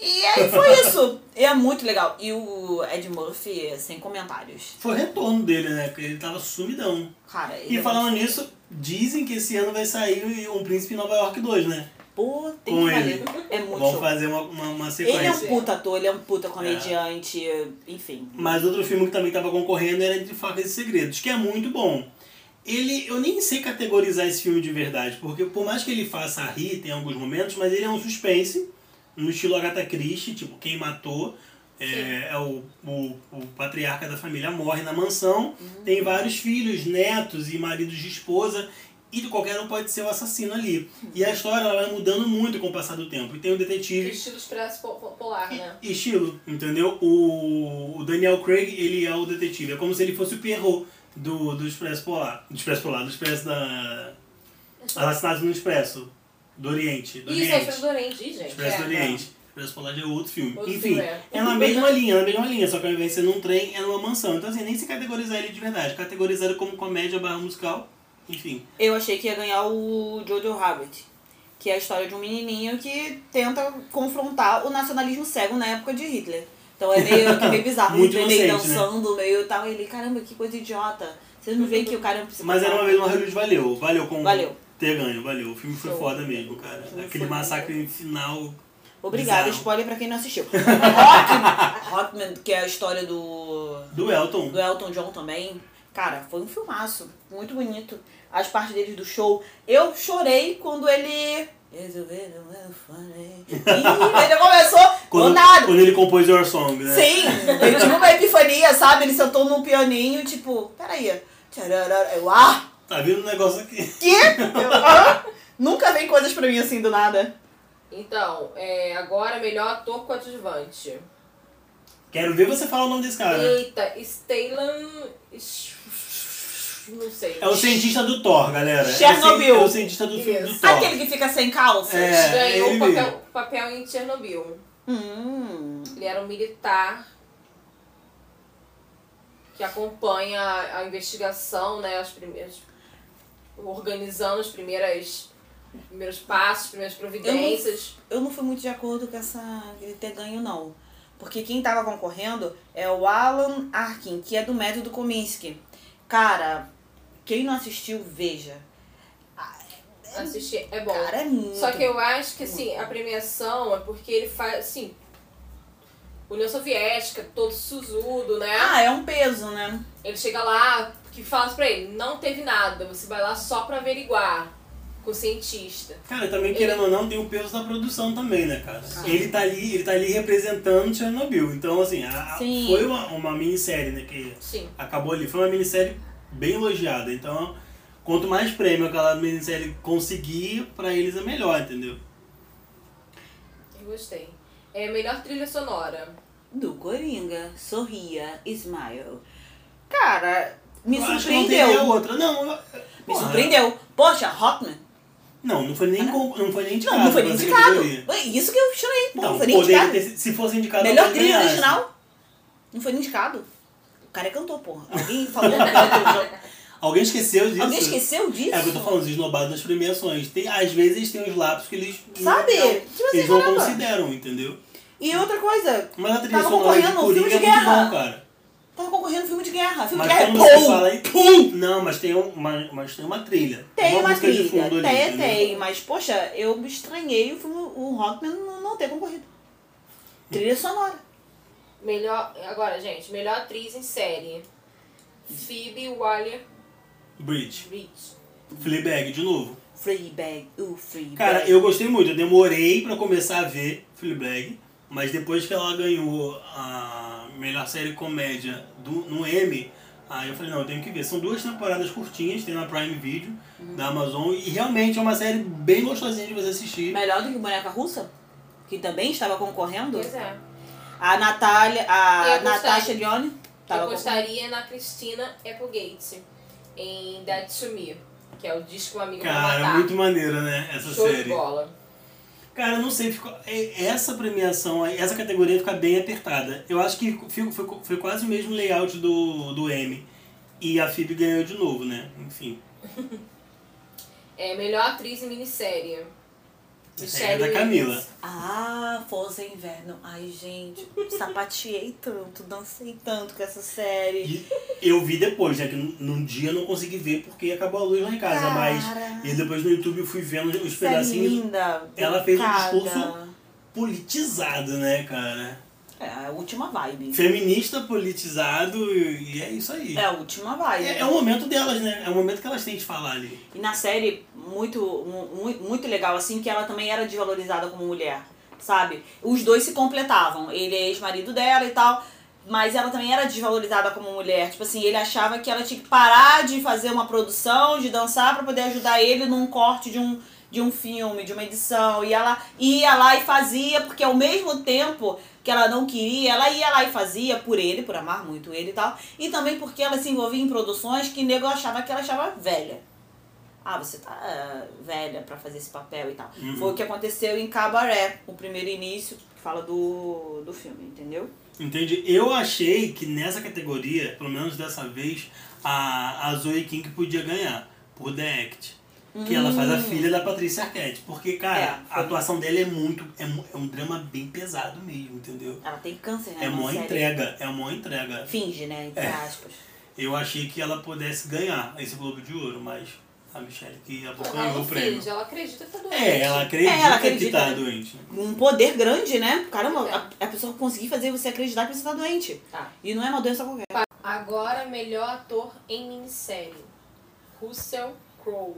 B: E aí foi isso. e é muito legal. E o Ed Murphy, sem comentários.
A: Foi o retorno dele, né? Porque ele tava sumidão.
B: Cara, ele
A: E
B: é
A: falando
B: muito-
A: nisso, dizem que esse ano vai sair Um Príncipe em Nova York 2, né?
B: Pô, tem
A: com
B: que
A: ele.
B: valer. É muito
A: Vão
B: show.
A: fazer uma, uma, uma
B: Ele é
A: sequência.
B: um puta ator, ele é um puta comediante, enfim.
A: Mas outro filme que também tava concorrendo era De Facas e Segredos, que é muito bom. Ele, eu nem sei categorizar esse filme de verdade, porque por mais que ele faça rir, tem alguns momentos, mas ele é um suspense, no estilo Agatha Christie, tipo, quem matou é, é o, o, o patriarca da família, morre na mansão, tem vários filhos, netos e maridos de esposa, e qualquer um pode ser o assassino ali. E a história ela vai mudando muito com o passar do tempo. E tem o detetive
C: Estilo expresso po- po- polar, né?
A: e estilo, entendeu? O, o Daniel Craig, ele é o detetive. É como se ele fosse o Pierrot do, do Expresso Polar. Do Expresso Polar, do Expresso da... Assassinato no Expresso. Do Oriente. Do
C: Isso é
A: Oriente.
C: Expresso do Oriente, Ih, gente.
A: Expresso
C: é,
A: do Oriente. Expresso Polar já é outro filme.
C: Outro
A: Enfim,
C: filme, é.
A: é na mesma linha, na mesma linha. Só que ao invés de ser num trem, é numa mansão. Então assim, nem se categorizar ele de verdade. Categorizar ele como comédia barra musical. Enfim.
B: Eu achei que ia ganhar o Jojo Rabbit, que é a história de um menininho que tenta confrontar o nacionalismo cego na época de Hitler. Então é meio, que meio bizarro,
A: Muito
B: ele meio
A: inocente, né?
B: dançando, meio tal, e ele, caramba, que coisa idiota. Vocês não veem que o cara é um psicopata.
A: Mas era uma vez uma Hollywood, valeu. Valeu com
B: Valeu.
A: ter ganho, valeu. O filme foi
C: Show.
A: foda mesmo, cara.
B: filme
A: Aquele
B: foi
A: massacre final.
B: Obrigada,
A: bizarro.
B: spoiler pra quem não assistiu. Rockman, Rockman, que é a história do
A: Do Elton.
B: do Elton John também. Cara, foi um filmaço, muito bonito. As partes dele do show. Eu chorei quando ele. Is it really funny? Ih, ele começou do
A: Quando,
B: nada.
A: quando ele compôs Your Song, né?
B: Sim, ele tive uma epifania, sabe? Ele sentou num pianinho, tipo, peraí. Tcharará, Eu, ah,
A: Tá vindo um negócio aqui.
B: que? Eu, ah. Nunca vem coisas pra mim assim do nada.
C: Então, é, agora melhor ator coadjuvante.
A: Quero ver você falar o nome desse cara.
C: Eita, Stellan... Não sei.
A: É o cientista do Thor, galera.
B: Chernobyl.
A: É o cientista do filme do
C: Isso.
A: Thor.
B: Aquele que fica sem calça.
A: É,
C: Ganhou
A: ele
C: o papel, papel em Chernobyl.
B: Hum.
C: Ele era um militar que acompanha a, a investigação, né? As primeiras. organizando as primeiras. primeiros passos, primeiras providências.
B: eu não fui muito de acordo com essa ele ter ganho, não. Porque quem tava concorrendo é o Alan Arkin, que é do método Kominsky. Cara, quem não assistiu, veja.
C: Assistir é bom.
B: Cara, é muito.
C: Só que eu acho que assim, a premiação é porque ele faz assim. União Soviética, todo suzudo, né?
B: Ah, é um peso, né?
C: Ele chega lá, que fala pra ele, não teve nada, você vai lá só pra averiguar com o cientista.
A: Cara, também, querendo ou não, tem o peso da produção também, né, cara?
B: Ah.
A: Ele tá ali, ele tá ali representando Chernobyl. Então, assim, a- a-
B: Sim.
A: foi uma, uma minissérie, né? Que
C: Sim.
A: acabou ali. Foi uma minissérie bem elogiada. Então, quanto mais prêmio aquela minissérie conseguir, pra eles é melhor, entendeu?
C: Eu gostei. É melhor trilha sonora.
B: Do Coringa, sorria, smile. Cara, me
A: Eu acho que não teria
B: surpreendeu.
A: outra. Não, eu-
B: Me
A: porra,
B: surpreendeu. Poxa, Hotman.
A: Não, não foi nem, com- não foi nem indicado.
B: Não, não foi nem
A: pra essa
B: indicado.
A: categoria.
B: Isso que eu chorei, pô.
A: Então,
B: não foi nem
A: poderia
B: indicado.
A: ter, se fosse indicado...
B: Melhor
A: talvez
B: trilha
A: ganhasse.
B: original. Não foi nem indicado. O cara cantou, porra. Alguém falou. um Alguém
A: Alguém esqueceu disso?
B: esqueceu disso?
A: É o que eu tô falando, os esnobados nas premiações. Tem, às vezes eles têm uns lapsos que eles.
B: Sabe?
A: Não, é
B: Tipo assim,
A: eles não
B: caramba.
A: consideram, entendeu?
B: E outra coisa,
A: Mas a trilha
B: Tava
A: sonora de
B: concorrendo um filme
A: Coringa é
B: de
A: muito
B: guerra.
A: bom, cara.
B: tava concorrendo filme de guerra. Filme
A: Mas
B: de guerra é
A: quando você
B: pum,
A: fala aí-
B: pum.
A: Não, mas tem, uma, mas tem uma trilha.
B: Tem uma,
A: música de
B: trilha.
A: fundo ali,
B: tem,
A: entendeu?
B: tem. Mas, poxa, eu me estranhei o filme, o Rockman não, não ter concorrido. Trilha sonora.
C: Melhor. Agora, gente, melhor atriz em série. Phoebe Waller
A: Bridge.
C: Bridge.
A: Fleabag, de novo.
B: Freebag, o Freebag.
A: Cara, eu gostei muito. Eu demorei pra começar a ver Fleabag. Mas depois que ela ganhou a melhor série comédia do, no M, aí eu falei, não, eu tenho que ver. São duas temporadas curtinhas, tem na Prime Video,
C: Uhum.
A: da Amazon. E realmente é uma série bem gostosinha de você assistir.
B: Melhor do que Boneca Russa, que também estava concorrendo.
C: Pois é.
B: A Natália, a
C: Eu gostei.
B: Natasha Leone estava
C: eu
B: concorrendo.
C: gostaria na Christina Applegate em Dead to Me, que é o disco que Um Amigo pra
A: Cara, é
C: Matar.
A: muito maneira, né? Essa
C: Show de
A: série.
C: bola.
A: Cara, eu não sei, ficou, é- essa premiação, aí, essa categoria fica bem apertada. Eu acho que fi- foi, foi quase o mesmo layout do, do M. E a Phoebe ganhou de novo, né? Enfim.
C: É melhor atriz em minissérie.
A: Essa é da Camila.
B: Ah, Força Inverno. Ai, gente, sapateei tanto, dancei tanto com essa série.
A: E eu vi depois, né? Que num, num dia eu não consegui ver porque acabou a luz lá em casa.
B: Cara, é
A: Mas. E depois no YouTube eu fui vendo os
B: série
A: pedacinhos
B: linda.
A: ela fez um
B: delicada.
A: discurso- politizado, né, cara?
B: É, a última vibe.
A: Feminista politizado e e é isso aí.
B: É a última vibe.
A: É, é o momento delas, né? É o momento que elas têm de falar ali.
B: E na série, muito, mu- muito legal, assim, que ela também era desvalorizada como mulher, sabe? Os dois se completavam. Ele é ex-marido dela e tal, mas ela também era desvalorizada como mulher. Tipo assim, ele achava que ela tinha que parar de fazer uma produção, de dançar, pra poder ajudar ele num corte de um, de um filme, de uma edição. E ela ia lá e fazia, porque ao mesmo tempo que ela não queria, ela ia lá e fazia por ele, por amar muito ele e tal. E também porque ela se envolvia em produções que nego achava que ela achava velha ah, você tá ah, velha pra fazer esse papel e tal.
A: Uhum.
B: Foi o que aconteceu em Cabaré, o primeiro início que fala do, do filme, entendeu?
A: Entende? Eu achei que nessa categoria, pelo menos dessa vez, a, a Zoe King podia ganhar por The Act. Que ela faz a filha da Patrícia Arquette. Porque, cara,
B: Hum. É,
A: a atuação dela é muito. É, mu- é um drama bem pesado mesmo, entendeu?
B: Ela tem câncer, né?
A: É
B: na
A: mó
B: série.
A: entrega, é mó entrega.
B: Finge, né? Entre
A: É.
B: aspas.
A: Eu achei que ela pudesse ganhar esse Globo de Ouro, mas a Michelle que
C: Ela
B: Ah,
A: abocanhou
C: não
A: o prêmio.
C: finge, ela acredita que tá doente.
A: É, ela acredita,
B: É, ela
A: que
B: acredita,
A: tá
B: né?
A: doente.
B: Um poder grande, né? Caramba,
C: É.
B: a, a pessoa conseguir fazer você acreditar que você tá doente.
C: Tá.
B: E não é uma doença qualquer.
C: Agora, melhor ator em minissérie. Russell Crowe.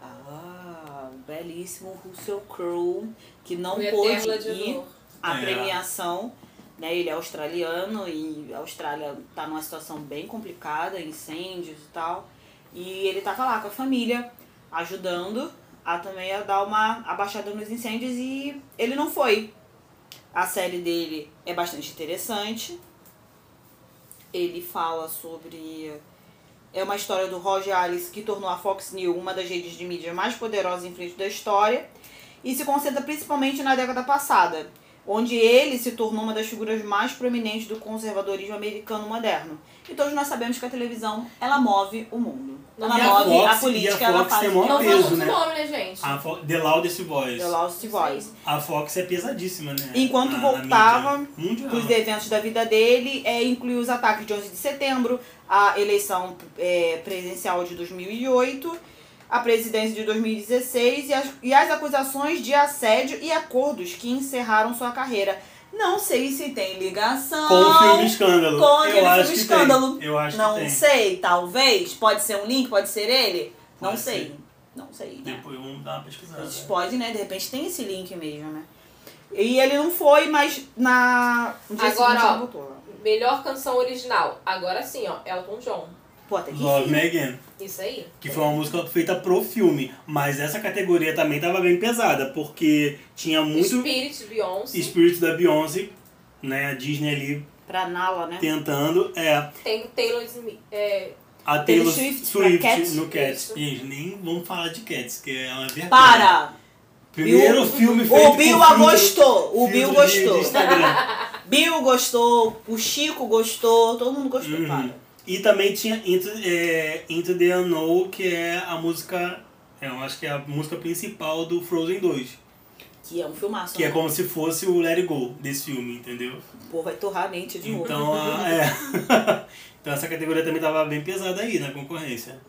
B: Ah, belíssimo Russell Crowe, que não
C: O
B: pôde
C: Eterno
B: ir.
C: Gladiador.
B: a
A: É.
B: premiação. Né? Ele é australiano e a Austrália tá numa situação bem complicada, incêndios e tal. E ele tava lá com a família, ajudando a também a dar uma abaixada nos incêndios e ele não foi. A série dele é bastante interessante. Ele fala sobre. É uma história do Roger Alice que tornou a Fox News uma das redes de mídia mais poderosas em frente da história e se concentra principalmente na década passada, onde ele se tornou uma das figuras mais prominentes do conservadorismo americano moderno. E todos nós sabemos que a televisão, ela move o mundo. Ela
A: E a
B: move a,
A: Fox- e a
B: política,
A: Fox
B: ela
A: tem
B: faz
A: maior
C: Não
A: peso,
C: falamos o
A: né?
C: nome, né, gente?
A: A Fo The Loudest Voice.
B: The Lost Voice.
A: A Fox é pesadíssima, né?
B: Enquanto
A: Na- na
B: voltava
A: mídia. Mundial.
B: Os eventos da vida dele é, inclui os ataques de 11 de setembro, a eleição é, presidencial de 2008, a presidência de 2016 e as, e as acusações de assédio e acordos que encerraram sua carreira. Não sei se tem ligação.
A: Com o filme Escândalo.
B: com aquele
A: eu acho
B: filme
A: que
B: Escândalo.
A: Tem. Eu acho
B: Não
A: que tem.
B: sei, talvez. Pode ser um link, pode ser ele. Não
A: Pode
B: sei.
A: ser.
B: Não sei. né?
A: Depois vamos dar uma
B: A
A: pesquisada.
B: gente pode, né? De repente tem esse link mesmo, né? E ele não foi, mas na. no dia
C: Agora,
B: seguinte
C: ó.
B: ele botou. lá.
C: Melhor canção original. Agora sim, ó. Elton John.
B: Pô, até que
A: Love
B: enfim.
A: Me Again,
C: Isso aí.
A: que foi uma música feita pro filme, mas essa categoria também tava bem pesada, porque tinha muito
C: Spirit, Beyoncé.
A: espírito da Beyoncé, né, a Disney ali
B: Pra Nala, né?
A: tentando, é,
C: Tem o Taylor Smith. É,
A: a Taylor
B: Taylor Swift
A: Swift,
B: pra Cats.
A: no Cats.
C: Isso.
A: Gente, nem vamos falar de Cats, que é uma verdade.
B: Para!
A: Primeiro
B: O-
A: filme feito
B: O
A: com
B: Bill
A: filtro-
B: gostou. O
A: filtro
B: Bill
A: de-
B: gostou.
A: de Instagram.
B: Bill gostou. O Chico gostou. Todo mundo gostou,
A: Uhum.
B: para.
A: E também tinha Into, é, Into the Unknown, que é a música... é, eu acho que é a música principal do Frozen 2.
B: Que é um filmaço.
A: Que é
B: né?
A: como se fosse o Let It Go desse filme, entendeu?
B: Pô, vai torrar a mente de novo.
A: Então, a- é. então essa categoria também tava bem pesada aí na concorrência.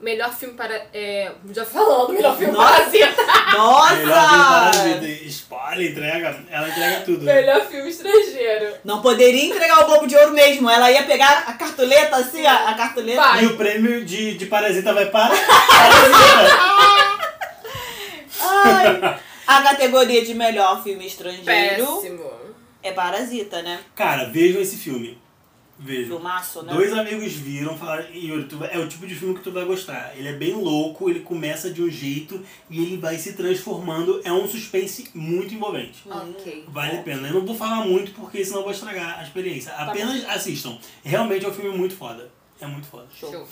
C: Melhor filme para. É, já falando, melhor filme
B: Nossa.
C: para asiático.
A: Melhor filme
B: Nossa!
A: para a vida. Spoiler, entrega. Ela entrega tudo. né?
C: Melhor filme estrangeiro.
B: Não poderia entregar o Globo de Ouro mesmo. Ela ia pegar a cartoleta assim, a, a cartoleta.
C: Vai.
A: E o prêmio de, de Parasita vai para. Parasita.
B: Ai. A categoria de melhor filme estrangeiro
C: Péssimo.
B: é Parasita, né?
A: Cara, vejam esse filme. Vejam.
B: Filmaço, né?
A: Dois amigos viram e falaram, Yuri, tu vai- é o tipo de filme que tu vai gostar. Ele é bem louco, ele começa de um jeito e ele vai se transformando. É um suspense muito envolvente.
C: Ok.
A: Vale a pena. Eu não vou falar muito porque senão eu vou estragar a experiência.
B: Tá
A: Apenas assistam. Realmente é um filme muito foda. É muito foda.
C: Show.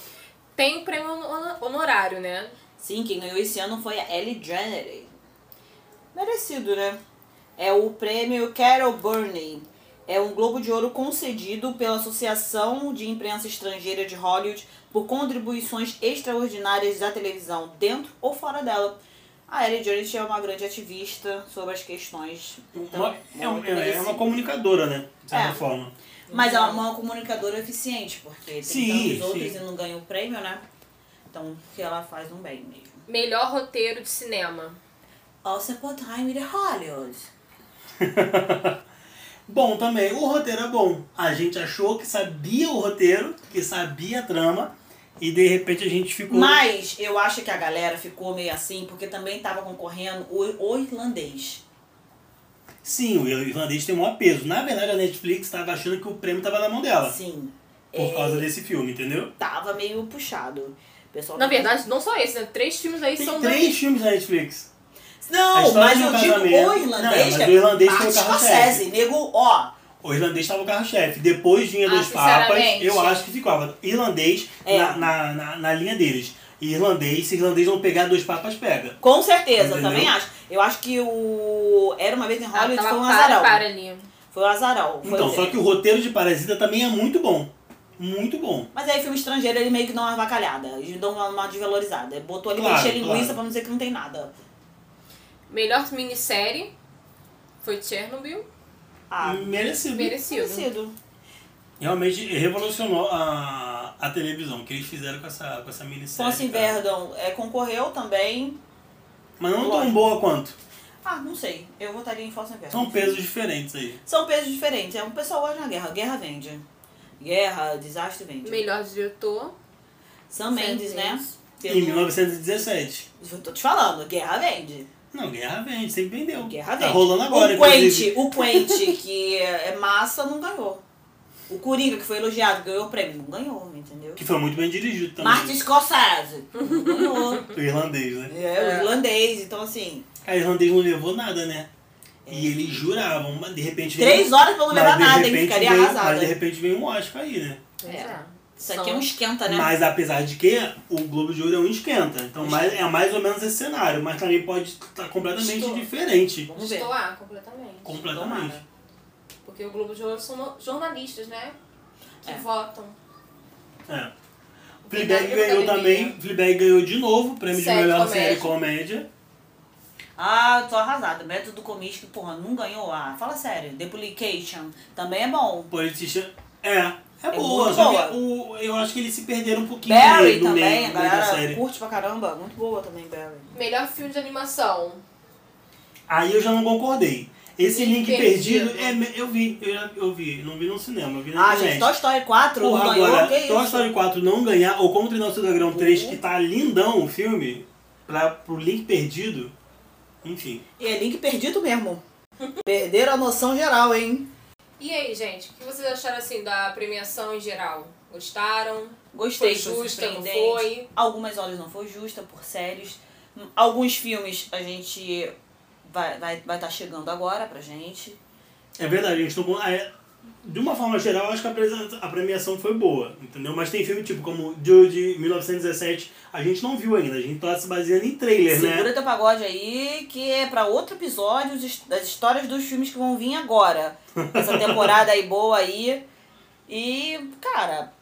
C: Tem o prêmio hono- honorário, né?
B: Sim, quem ganhou esse ano foi a Ellie Jenner. Merecido, né? É o prêmio Carol Burney. É um Globo de Ouro concedido pela Associação de Imprensa Estrangeira de Hollywood por contribuições extraordinárias da televisão, dentro ou fora dela. A Ellie Jenner é uma grande ativista sobre as questões. Então,
A: Uma- é, um-
B: muito
A: é- é uma
B: merecido.
A: comunicadora, né? De certa
B: É.
A: forma.
B: Mas ela é uma comunicadora eficiente, porque tem
A: Sim,
B: tantos
A: sim.
B: outros e não ganha o prêmio, né? Então, que ela faz um bem mesmo.
C: Melhor roteiro de cinema.
B: Also por Time de Hollywood.
A: Bom também, o roteiro é bom. A gente achou que sabia o roteiro, que sabia a trama, e de repente a gente ficou.
B: Mas eu acho que a galera ficou meio assim, porque também tava concorrendo o, o irlandês.
A: Sim, o irlandês tem o maior peso. Na verdade, a Netflix estava achando que o prêmio tava na mão dela.
B: Sim.
A: Por causa desse filme, entendeu?
B: Tava meio puxado. O Pessoal
C: Na verdade, não só esse, né? Três filmes aí
A: Tem
C: são
A: três filmes da Netflix. a
B: Não,
A: história
B: mas
A: de um
B: eu digo
A: casamento-
B: o irlandês,
A: Não,
B: que
A: mas o irlandês um
B: é
A: foi o
B: Martin
A: carro-chefe.
B: Scorsese. Nego, ó,
A: O irlandês estava o carro-chefe. Depois vinha
C: Ah,
A: dos papas,
C: sinceramente.
A: eu acho que ficava irlandês
B: É.
A: na, na, na, na linha deles. Irlandês, se irlandês não pegar dois papas, pega.
B: com certeza,
A: Entendeu?
B: também acho. Eu acho que o Era Uma Vez em
C: Ah,
B: Hollywood
C: tava
B: foi um
C: para,
B: azarão.
C: para ali.
B: Foi um azarão. foi
A: Então,
B: um-
A: só que o roteiro de Parasita também é muito bom. Muito bom.
B: Mas aí filme estrangeiro, ele meio que dá uma avacalhada. Eles dão uma, uma desvalorizada. Botou ali
A: Claro,
B: pra encher linguiça
A: claro.
B: pra não dizer que não tem nada.
C: Melhor minissérie foi Chernobyl. Hum.
B: Ah,
A: Merecido.
C: Merecido.
B: merecido.
A: Realmente revolucionou a, a televisão, o que eles fizeram com essa, com essa minissérie.
B: Fonse
A: cara.
B: Verdon é, concorreu também.
A: Mas não
B: Lógico.
A: tão boa quanto.
B: Ah, não sei. Eu votaria em Fonse Verdon.
A: São pesos diferentes aí.
B: São pesos diferentes. É um pessoal gosta na guerra. Guerra vende. Guerra, desastre vende.
C: Melhor diretor.
B: Sam Mendes,
C: Sam
B: né?
C: Mendes.
B: Pelo-
A: Em 1917.
B: Eu tô te falando, guerra vende.
A: Não, guerra vende, sempre vendeu.
B: Guerra
A: tá
B: vende.
A: rolando agora,
B: o Quente,
A: inclusive.
B: o Quente, que é massa, não ganhou. O Coringa, que foi elogiado, ganhou o prêmio. Não ganhou, entendeu?
A: Que foi muito bem dirigido também.
B: Martin Scorsese. Não ganhou.
A: O irlandês, né?
B: É, o irlandês, então assim.
A: Cara, o irlandês não levou nada, né? E eles juravam, mas de repente... veio-
B: É. Três horas pra não
A: mas
B: levar
A: de
B: nada, hein?
A: repente
B: Ficaria
A: veio-
B: arrasada.
A: Mas de repente veio um Oscar aí, né?
C: É.
B: Isso aqui é um esquenta, né?
A: Mas apesar de que o Globo de Ouro é um esquenta. Então mais, é mais ou menos esse cenário, mas também pode estar completamente
B: Estou.
A: diferente.
B: Vamos ver.
C: Estou lá, completamente.
A: Completamente.
B: Tomara.
C: Porque o Globo de Ouro são no- jornalistas, né? Que
B: É.
C: votam.
A: É.
C: Fleabag
A: Fleabag ganhou
C: academia.
A: também. Fleabag ganhou de novo o prêmio
C: Série
A: de melhor
C: comédia.
A: série comédia.
B: Ah, tô arrasada. Método Comics, que porra, não ganhou. Ah, fala sério. Deplication também é bom.
A: Politician. É. É,
B: muito
A: boa, só
B: boa.
A: que o, eu acho que eles se perderam um pouquinho
B: Barry
A: no meio- no
B: também,
A: meio,
B: a
A: no meio da
B: galera
A: série.
B: curte pra caramba. Muito boa também, Barry.
C: Melhor filme de animação.
A: Aí eu já não concordei. Esse
C: Link
A: link perdido,
C: Perdido.
A: é, me- eu vi, eu, já- eu vi, não vi no cinema, eu vi na
B: Ah,
A: internet.
B: gente, Toy Story 4
A: Porra,
B: não ganhou.
A: agora,
B: que
A: Toy
B: isso? Uhum.
A: Story 4 não ganhar, ou como treinar o seu dragão 3, que tá lindão o filme, pra, pro link perdido, enfim.
B: E é link perdido mesmo. Perderam a noção geral, hein?
C: E aí, gente, o que vocês acharam assim da premiação em geral? Gostaram?
B: Gostei,
C: Foi justa, não
B: surpreendente.
C: foi?
B: Algumas horas não foi justa, por séries. Hum, Alguns filmes a gente vai estar vai, vai tá chegando agora pra gente.
A: É verdade, a gente não. con- ah, é- de uma forma geral, acho que a presa- a premiação foi boa, entendeu? Mas tem filme tipo como Judy, 1917, a gente não viu ainda, a gente tá se baseando em trailer, né?
B: Segura teu pagode aí, que é pra outro episódio os his- das histórias dos filmes que vão vir agora. Essa temporada aí boa aí. E, cara,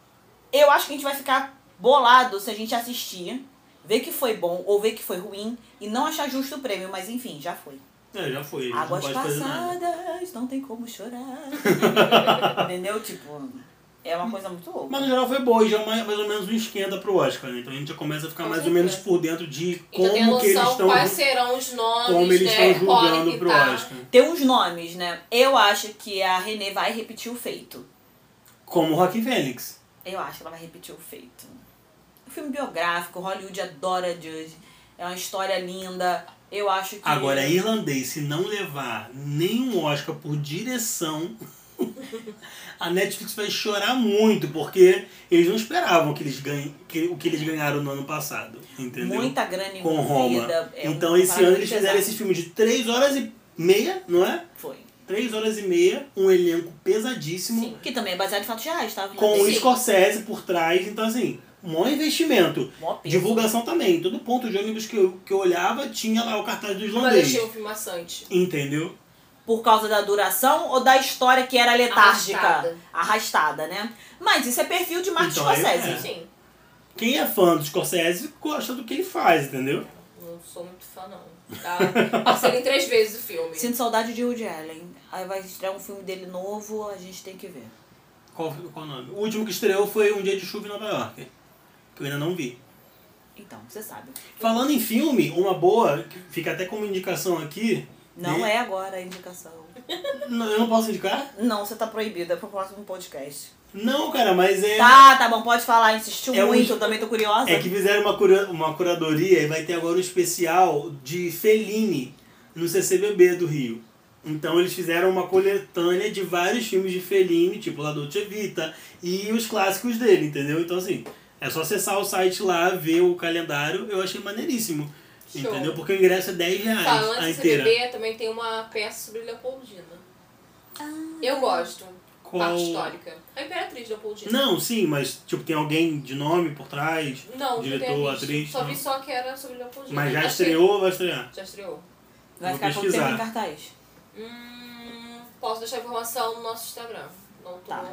B: eu acho que a gente vai ficar bolado se a gente assistir, ver que foi bom ou ver que foi ruim e não achar justo o prêmio, mas enfim, já foi.
A: É, já foi, a gente
C: Ah,
B: Águas
A: não pode fazer nada.
B: passadas, não tem como chorar. Entendeu? Tipo, é uma coisa muito louca.
A: Mas no geral foi boa e já é mais, mais ou menos um esquenta pro Oscar, né? Então a gente já começa a ficar
C: Com
A: mais ou
C: certeza.
A: menos por dentro de
C: Então tem
A: como que eles
C: noção
A: estão
C: quais serão os nomes,
A: como eles
C: né?
A: estão julgando
C: podem
A: pro
C: tá.
A: Oscar.
B: Tem uns nomes, né? Eu acho que a Renê vai repetir o feito.
A: Como Rock Fênix.
B: Eu acho que ela vai repetir o feito. Um filme biográfico, Hollywood adora Judge. É uma história linda. Eu acho que.
A: Agora, irlandês, se não levar nenhum Oscar por direção, a Netflix vai chorar muito, porque eles não esperavam que eles ganhem, que- o que eles ganharam no ano passado, entendeu?
B: Muita grana
A: Com Roma.
B: envolvida. é um
A: então, esse ano eles
B: parado
A: fizeram
B: pesado.
A: esse filme de 3 horas e meia, não é?
B: Foi.
A: 3 horas e meia, um elenco pesadíssimo.
C: Sim.
B: Que também é baseado em fatos reais, tá?
A: com o
C: Sim.
A: Scorsese por trás. Então, assim, bom investimento.
B: Mó peso.
A: Divulgação também. Todo ponto de ônibus que eu, que eu olhava tinha lá o cartaz do
C: Mas eu achei
A: islandês.
C: um filme maçante.
A: Entendeu?
B: Por causa da duração ou da história que era letárgica?
C: Arrastada.
B: Arrastada, né? Mas isso é perfil de Martin
A: Então, é-
B: Scorsese.
A: é.
C: Sim,
A: Quem é fã do Scorsese gosta do que ele faz, entendeu?
C: não sou muito fã não. Tá? Passei em três vezes o filme.
B: Sinto saudade de Woody Allen. Aí vai estrear um filme dele novo, a gente tem que ver.
A: Qual, qual o nome? O último que estreou foi Um Dia de Chuva em Nova York. Que eu ainda não vi.
B: Então, você sabe.
A: Falando em filme, uma boa, que fica até como indicação aqui.
B: Não
A: né?
B: é agora a indicação.
A: Não, Eu não posso indicar?
B: Não, você tá proibida pro próximo podcast.
A: Não, cara, mas é.
B: Tá, tá bom, pode falar, insistiu
A: É um-
B: muito, eu também tô curiosa.
A: É que fizeram uma, cura- uma curadoria e vai ter agora um especial de Fellini no CCBB do Rio. Então eles fizeram uma coletânea de vários filmes de Fellini, tipo La Dolce Vita, e os clássicos dele, entendeu? Então assim, é só acessar o site lá, ver o calendário, eu achei maneiríssimo.
C: Show. Tá,
A: Entendeu? Porque o ingresso é 10 reais
C: Falando
A: a
C: em
A: inteira.
C: CBB, também tem uma peça sobre Leopoldina.
B: Ah.
C: Eu gosto.
A: Qual-
C: Parte histórica. A Imperatriz Leopoldina.
A: Não, sim, mas tipo, tem alguém de nome por trás,
C: Não,
A: diretor,
C: não
A: atriz,
C: Só vi
A: não.
C: só que era sobre Leopoldina.
A: mas já
C: Achei-
A: estreou ou vai estrear?
C: Já estreou.
B: Vai
A: vou
B: ficar com o
A: pesquisar.
B: tempo em cartaz.
C: Hum, posso deixar a informação no nosso Instagram. Não tô.
B: Tá.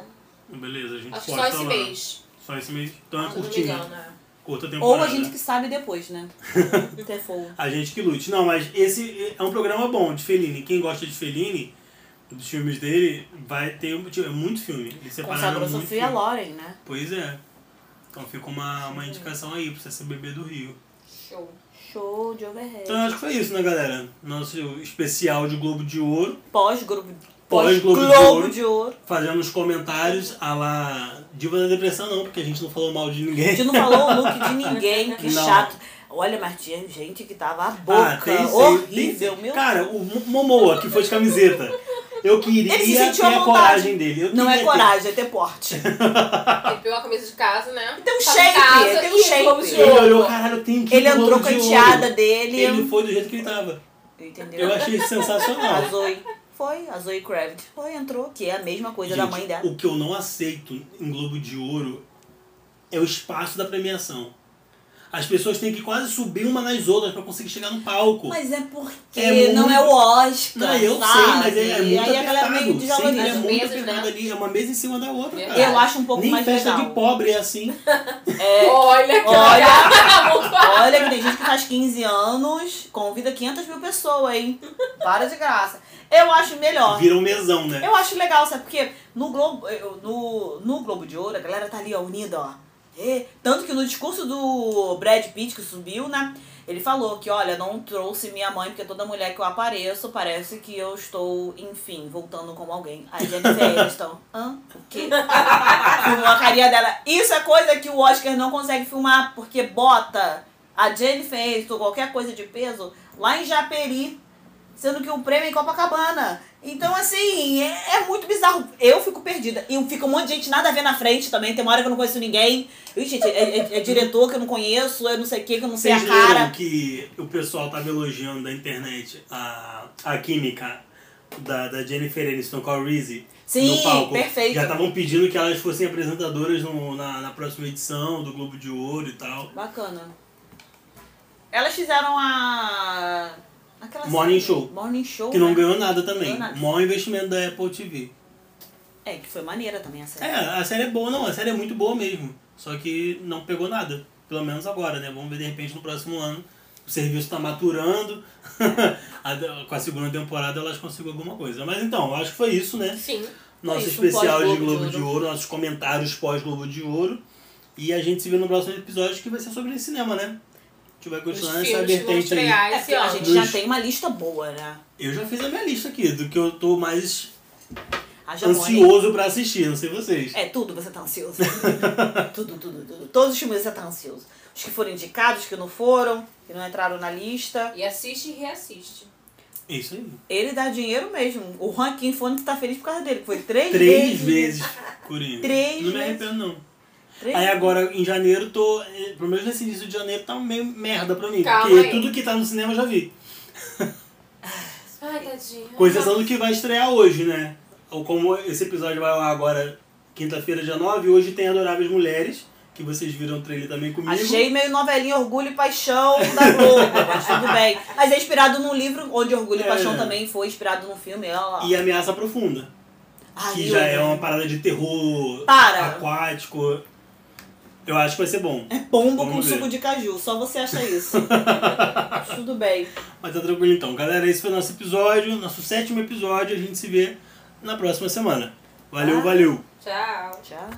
A: Beleza, a gente
C: Acho que
A: posta
C: só esse
A: lá.
C: mês.
A: Só esse mês. Então é
B: Ah,
C: Se eu não me
A: curtinho.
C: engano, né?
A: Curta temporada.
B: Ou a gente que sabe depois, né? Até for.
A: A gente que lute. Não, mas esse é um programa bom de Fellini. Quem gosta de Fellini, dos filmes dele, vai ter um- tipo, é muito filme. Eles separaram
B: Consagrou
A: muito
B: Sofia
A: filme.
B: Loren, né?
A: Pois é. Então fica uma, uma indicação aí pra você beber do
B: É.
A: Rio.
C: Show.
B: Show de overhead.
A: Então eu acho que foi isso, né, galera? Nosso especial de Globo de Ouro.
B: Pós-Globo
A: Pós-Globo de Ouro.
B: de Ouro.
A: Fazendo os comentários a lá Diva da Depressão, não, porque a gente não falou mal de ninguém.
B: A gente não falou o look de ninguém, que
A: Não.
B: chato. Olha, Martinha, gente que tava a boca.
A: sim,
B: horrível,
A: tem-
B: meu
A: Cara, o Mo- Momoa, que foi de camiseta. Eu queria
B: Ele se sentiu à
A: ter a
B: vontade.
A: coragem dele. Eu
B: Não
A: queria
B: é
A: ter.
B: coragem, é ter porte.
C: Ele pegou a camisa de casa, né?
B: Tem um
C: Tá em
B: shape,
C: casa
B: tem um
C: e
B: shape.
C: Globo de
A: Ele
C: Ouro.
A: olhou, caralho, tem que ir
B: Ele
A: pro
B: entrou com
A: Globo
B: a
A: de
B: tiada
A: Ouro.
B: dele.
A: Ele foi do jeito que ele tava.
B: Entendeu?
A: Eu achei
B: A
A: sensacional.
B: Zoe. Foi, a Zoe Kravitz. Foi, entrou. Que é a mesma coisa da
A: Gente,
B: mãe dela.
A: O que eu não aceito em Globo de Ouro é o espaço da premiação. As pessoas têm que quase subir uma nas outras pra conseguir chegar no palco.
B: Mas é porque
A: É
B: não é o
A: muito-
B: Oscar,
A: não, eu
B: sabe?
A: sei, mas é, é muito
B: Aí a galera
A: apertado.
B: meio
A: Sempre é
B: desvaloriza.
C: As
A: muito
C: mesas,
A: apertado
C: né?
A: ali. É uma mesa em cima da outra, cara.
B: Eu acho um pouco
A: Nem
B: mais
A: festa
B: legal.
A: de pobre é assim.
C: Olha que
B: Olha.
C: olha.
B: É, Olha que tem gente que faz 15 anos, convida 500 mil pessoas, hein? Para de graça. Eu acho melhor.
A: Vira um mesão, né?
B: Eu acho legal, sabe? Porque no Globo, eu- no, no Globo de Ouro, a galera tá ali, ó, unida, ó. É, tanto que no discurso do Brad Pitt, que subiu, né? Ele falou que, olha, não trouxe minha mãe, porque toda mulher que eu apareço, parece que eu estou, enfim, voltando com alguém. Aí Jennifer Aniston, hã? O quê? Filmou a carinha dela. Isso é coisa que o Oscar não consegue filmar, porque bota a Jennifer Aniston, qualquer coisa de peso, lá em Japeri, sendo que o prêmio é em Copacabana. Então, assim, é, é muito bizarro. Eu fico perdida. E fica um monte de gente nada a ver na frente também. Tem uma hora que eu não conheço ninguém. Ih, gente, é, é- é diretor que eu não conheço, eu não sei o que, que eu não sei
A: Vocês
B: a cara.
A: viram que o pessoal tava elogiando da internet a, a química da, da Jennifer Aniston com a Reezy
B: Sim,
A: no palco.
B: perfeito.
A: Já estavam pedindo que elas fossem apresentadoras no- na, na próxima edição do Globo de Ouro e tal.
B: Bacana. Elas fizeram a. Aquela
A: Morning
B: série-
A: Show.
B: Morning Show.
A: Que não
B: né?
A: ganhou nada também.
B: Ganhou nada.
A: Mó investimento da Apple TV.
B: É, que foi maneira também essa.
A: É, a série é boa, não. A série é muito boa mesmo. Só que não pegou nada. Pelo menos agora, né? Vamos ver de repente no próximo ano. O serviço tá maturando. A- Com a segunda temporada elas conseguem alguma coisa. Mas então, acho que foi isso, né?
C: Sim.
A: Nosso
B: isso, um
A: especial de
B: pós-Globo
A: Globo
B: de
A: de Ouro, nossos comentários pós-Globo de Ouro. E a gente se vê no próximo episódio que vai ser sobre cinema, né? A gente vai
C: Os
A: continuar nessa
C: filmes que vão
A: vertente aí.
C: estrear
B: É
C: esse
B: porque a
C: ano.
B: gente já
A: Dos-
B: tem uma lista boa, né?
A: Eu já fiz a minha lista aqui do que eu tô mais
B: A Jamone.
A: ansioso pra assistir, não sei vocês.
B: É, tudo você tá ansioso. tudo, tudo, tudo. Todos os filmes você tá ansioso. Os que foram indicados, os que não foram, que não entraram na lista.
C: E assiste e reassiste.
A: É isso aí.
B: Ele dá dinheiro mesmo. O ranking fone tá feliz por causa dele. Foi três,
A: Três vezes, Coringa.
B: Três
A: Não me
B: vezes.
A: arrependo, não.
B: Três
A: Aí agora, em janeiro, tô. eh, Pelo menos nesse início de janeiro tá meio merda pra mim.
C: Calma
A: porque
C: aí.
A: tudo que tá no cinema eu já vi.
C: Ai, tadinha.
A: Com exceção do que vai estrear hoje, né? Ou como esse episódio vai lá agora, quinta-feira, dia 9, hoje tem Adoráveis Mulheres, que vocês viram o trailer também comigo.
B: Achei meio novelinha Orgulho e Paixão da Globo, mas tudo bem. Mas é inspirado num livro onde Orgulho
A: É.
B: e Paixão também foi inspirado num filme. Ah, Ela...
A: E Ameaça Profunda,
B: Ai,
A: que
B: eu-
A: já é uma parada de terror
B: Para.
A: aquático. Eu acho que vai ser bom.
B: É pombo com
A: Vamos ver.
B: suco de caju, só você acha isso. tudo bem.
A: Mas tá tranquilo então. Galera, esse foi o nosso episódio, nosso sétimo episódio. A gente se vê na próxima semana. Valeu,
B: Ah.
A: valeu!
C: Tchau.
B: Tchau.